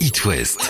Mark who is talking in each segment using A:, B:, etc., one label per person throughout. A: It West.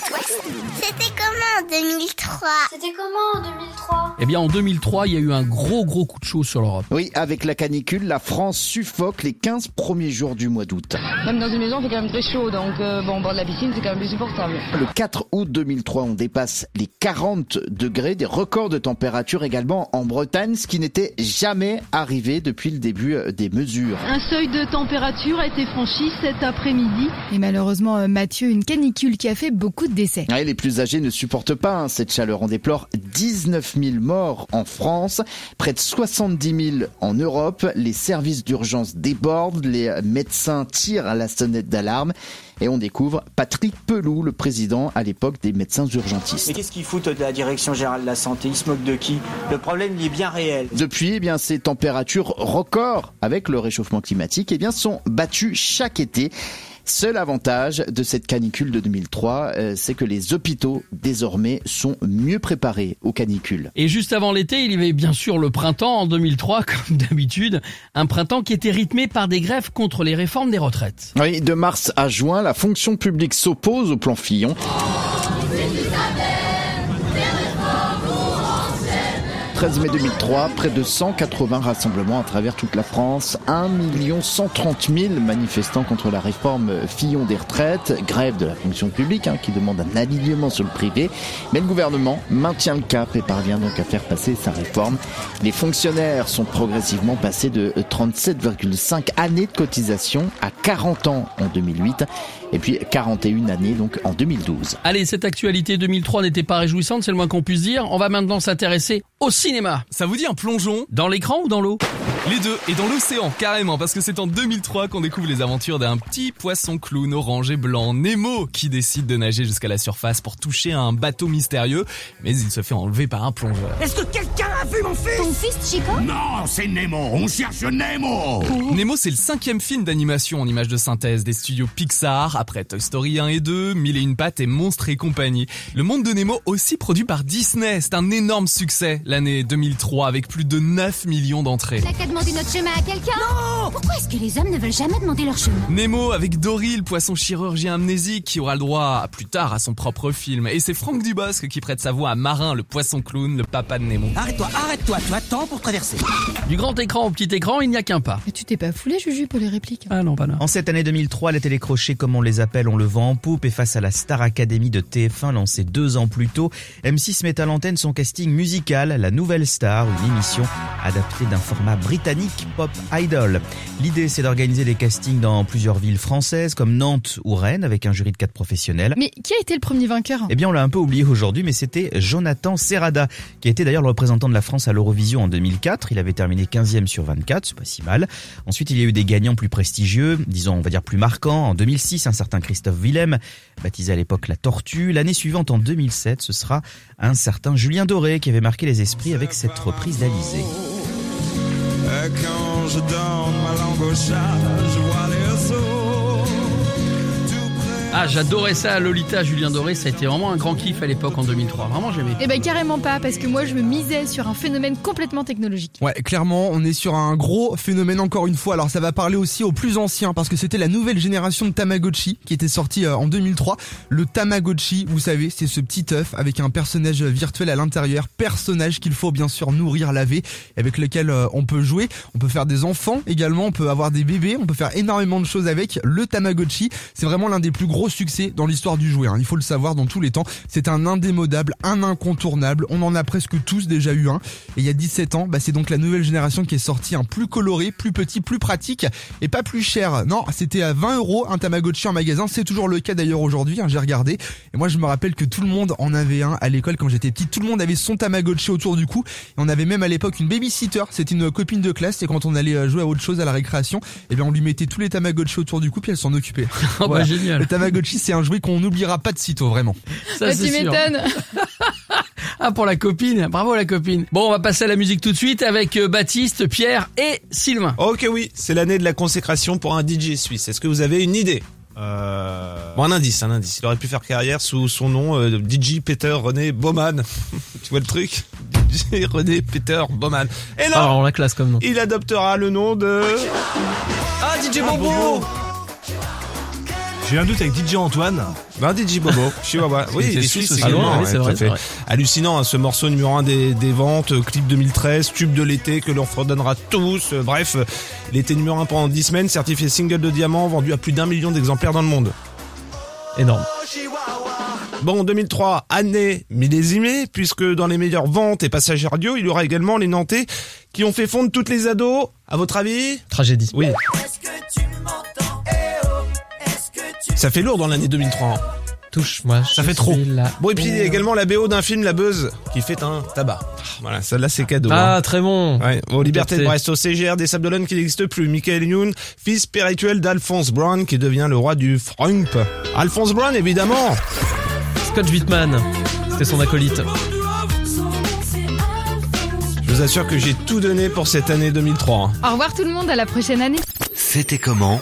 B: C'était comment en 2003
C: C'était comment en 2003
D: Eh bien, en 2003, il y a eu un gros gros coup de chaud sur l'Europe.
E: Oui, avec la canicule, la France suffoque les 15 premiers jours du mois d'août.
F: Même dans une maison, c'est quand même très chaud, donc euh, bon, bord de la piscine, c'est quand même plus supportable.
E: Le 4 août 2003, on dépasse les 40 degrés, des records de température également en Bretagne, ce qui n'était jamais arrivé depuis le début euh, des mesures.
G: Un seuil de température a été franchi cet après-midi.
H: Et malheureusement, euh, Mathieu, une canicule qui a fait beaucoup de décès.
E: Ouais, les plus âgés ne supportent pas hein, cette chaleur. On déplore 19 000 morts en France, près de 70 000 en Europe. Les services d'urgence débordent, les médecins tirent à la sonnette d'alarme et on découvre Patrick Peloux, le président à l'époque des médecins urgentistes.
I: Mais qu'est-ce qu'ils foutent de la Direction Générale de la Santé Ils se moquent de qui Le problème, il est bien réel.
E: Depuis, eh bien, ces températures records avec le réchauffement climatique eh bien, sont battues chaque été. Seul avantage de cette canicule de 2003, euh, c'est que les hôpitaux désormais sont mieux préparés aux canicules.
D: Et juste avant l'été, il y avait bien sûr le printemps en 2003, comme d'habitude, un printemps qui était rythmé par des grèves contre les réformes des retraites.
E: Oui, de mars à juin, la fonction publique s'oppose au plan Fillon. « 13 mai 2003, près de 180 rassemblements à travers toute la France, 1 130 000 manifestants contre la réforme Fillon des retraites, grève de la fonction publique hein, qui demande un alignement sur le privé, mais le gouvernement maintient le cap et parvient donc à faire passer sa réforme. Les fonctionnaires sont progressivement passés de 37,5 années de cotisation à 40 ans en 2008 et puis 41 années donc en 2012.
D: Allez, cette actualité 2003 n'était pas réjouissante, c'est le moins qu'on puisse dire. On va maintenant s'intéresser au cinéma.
J: Ça vous dit un plongeon
D: Dans l'écran ou dans l'eau
J: Les deux, et dans l'océan carrément, parce que c'est en 2003 qu'on découvre les aventures d'un petit poisson clown orange et blanc, Nemo, qui décide de nager jusqu'à la surface pour toucher un bateau mystérieux, mais il se fait enlever par un plongeur.
K: Est-ce que quelqu'un a vu mon fils
C: Ton fils Chico Oh.
L: Non, c'est Nemo, on cherche Nemo
J: Nemo, c'est le cinquième film d'animation en images de synthèse des studios Pixar, après Toy Story 1 et 2, Mille et une pattes et Monstres et compagnie. Le monde de Nemo, aussi produit par Disney, c'est un énorme succès l'année 2003 avec plus de 9 millions d'entrées.
C: T'as qu'à demander notre chemin à quelqu'un Pourquoi est-ce que les hommes ne veulent jamais demander leur chemin
J: Nemo avec Dory, le poisson chirurgien amnésique qui aura le droit plus tard à son propre film. Et c'est Franck Dubosc qui prête sa voix à Marin, le poisson clown, le papa de Nemo.
K: Arrête-toi, arrête-toi, tu attends pour traverser.
D: Du grand écran au petit écran, il n'y a qu'un pas.
H: Mais tu t'es pas foulé, Juju, pour les répliques
D: Ah non, pas là.
M: En cette année 2003, les télécrochés, comme on les appelle, ont le vent en poupe et face à la Star Academy de TF1 lancée deux ans plus tôt, M6 met à l'antenne son casting musical, La Nouvelle Star, une émission adaptée d'un format britannique Pop Idol. L'idée, c'est d'organiser des castings dans plusieurs villes françaises, comme Nantes ou Rennes, avec un jury de quatre professionnels.
H: Mais qui a été le premier vainqueur
M: Eh bien, on l'a un peu oublié aujourd'hui, mais c'était Jonathan Serrada, qui était d'ailleurs le représentant de la France à l'Eurovision en 2004. Il avait terminé 15e sur 24, c'est pas si mal. Ensuite, il y a eu des gagnants plus prestigieux, disons, on va dire plus marquants. En 2006, un certain Christophe Willem, baptisé à l'époque La Tortue. L'année suivante, en 2007, ce sera un certain Julien Doré, qui avait marqué les esprits avec cette reprise d'Alizé.
N: Et Quand je donne ma langue au chat, je vois les eaux. tout près.
D: Ah, j'adorais ça à Lolita, Julien Doré, ça a été vraiment un grand kiff à l'époque en 2003. Vraiment, j'aimais.
H: Eh ben carrément pas, parce que moi je me misais sur un phénomène complètement technologique.
O: Ouais, clairement, on est sur un gros phénomène encore une fois. Alors ça va parler aussi aux plus anciens parce que c'était la nouvelle génération de Tamagotchi qui était sortie euh, en 2003. Le Tamagotchi, vous savez, c'est ce petit œuf avec un personnage euh, virtuel à l'intérieur, personnage qu'il faut bien sûr nourrir, laver, avec lequel euh, on peut jouer, on peut faire des enfants également, on peut avoir des bébés, on peut faire énormément de choses avec. Le Tamagotchi, c'est vraiment l'un des plus gros succès dans l'histoire du jouet. hein. Il faut le savoir dans tous les temps, c'est un indémodable, un incontournable. On en a presque tous déjà eu un. Et il y a 17 ans, bah, c'est donc la nouvelle génération qui est sortie, un plus coloré, plus petit, plus pratique et pas plus cher. Non, c'était à 20 euros un Tamagotchi en magasin. C'est toujours le cas d'ailleurs aujourd'hui. hein, J'ai regardé et moi je me rappelle que tout le monde en avait un à l'école quand j'étais petit. Tout le monde avait son Tamagotchi autour du cou. Et on avait même à l'époque une babysitter. C'était une copine de classe et quand on allait euh, jouer à autre chose à la récréation, eh bien on lui mettait tous les Tamagotchi autour du cou puis elle s'en occupait.
D: Oh bah
O: Voilà. Le
D: génial.
O: Tamagotchi, c'est un jouet qu'on n'oubliera pas de sitôt, vraiment.
D: Ça,
H: Bah,
D: c'est
H: tu
D: sûr.
H: m'étonnes
D: Ah, pour la copine. Bravo la copine. Bon, on va passer à la musique tout de suite avec euh, Baptiste, Pierre et Sylvain.
P: Ok oui, c'est l'année de la consécration pour un DJ suisse. Est-ce que vous avez une idée
Q: Euh...
P: Bon, un indice, un indice. Il aurait pu faire carrière sous son nom euh, DJ Peter René Baumann. tu vois le truc DJ René Peter Baumann. Et là,
D: Ah, on la classe comme nom.
P: il adoptera le nom de... Ah, DJ Bobo J'ai un doute avec DJ Antoine. Non, DJ Ben, Bobo, Chihuahua. Oui,
J: Il
P: il
J: était
P: est
J: suisse
P: suisse
J: aussi.
P: également,
J: Ah ouais,
P: ouais,
J: c'est
P: tout à
J: vrai,
P: fait.
J: c'est vrai.
P: Hallucinant, hein, ce morceau numéro 1 des, des ventes, euh, clip 2013, tube de l'été que l'on fredonnera tous. euh, Bref, euh, il était numéro 1 pendant 10 semaines, certifié single de diamant, vendu à plus d'un million d'exemplaires dans le monde. Énorme. Bon, 2003, année millésimée, puisque dans les meilleures ventes et passages radio, il y aura également les Nantais qui ont fait fondre toutes les ados. À votre avis Tragédie. Oui. Ça fait lourd dans l'année 2003. Touche-moi. Ça fait trop. Bon, et puis il
J: Oh.
P: y a également la BO d'un film, La Buzz, qui fait un tabac. Ah, Voilà, celle-là, c'est cadeau.
J: Ah,
P: hein.
J: très bon.
P: Ouais, au Liberté de
J: Liberté.
P: Brest, au CGR des Sables d'Olonne qui n'existe plus, Michael Youn, fils spirituel d'Alphonse Brown qui devient le roi du frump. Alphonse Brown, évidemment
J: Scott Whitman, c'était son acolyte.
P: Je vous assure que j'ai tout donné pour cette année 2003.
H: Au revoir tout le monde, à la prochaine année.
P: C'était comment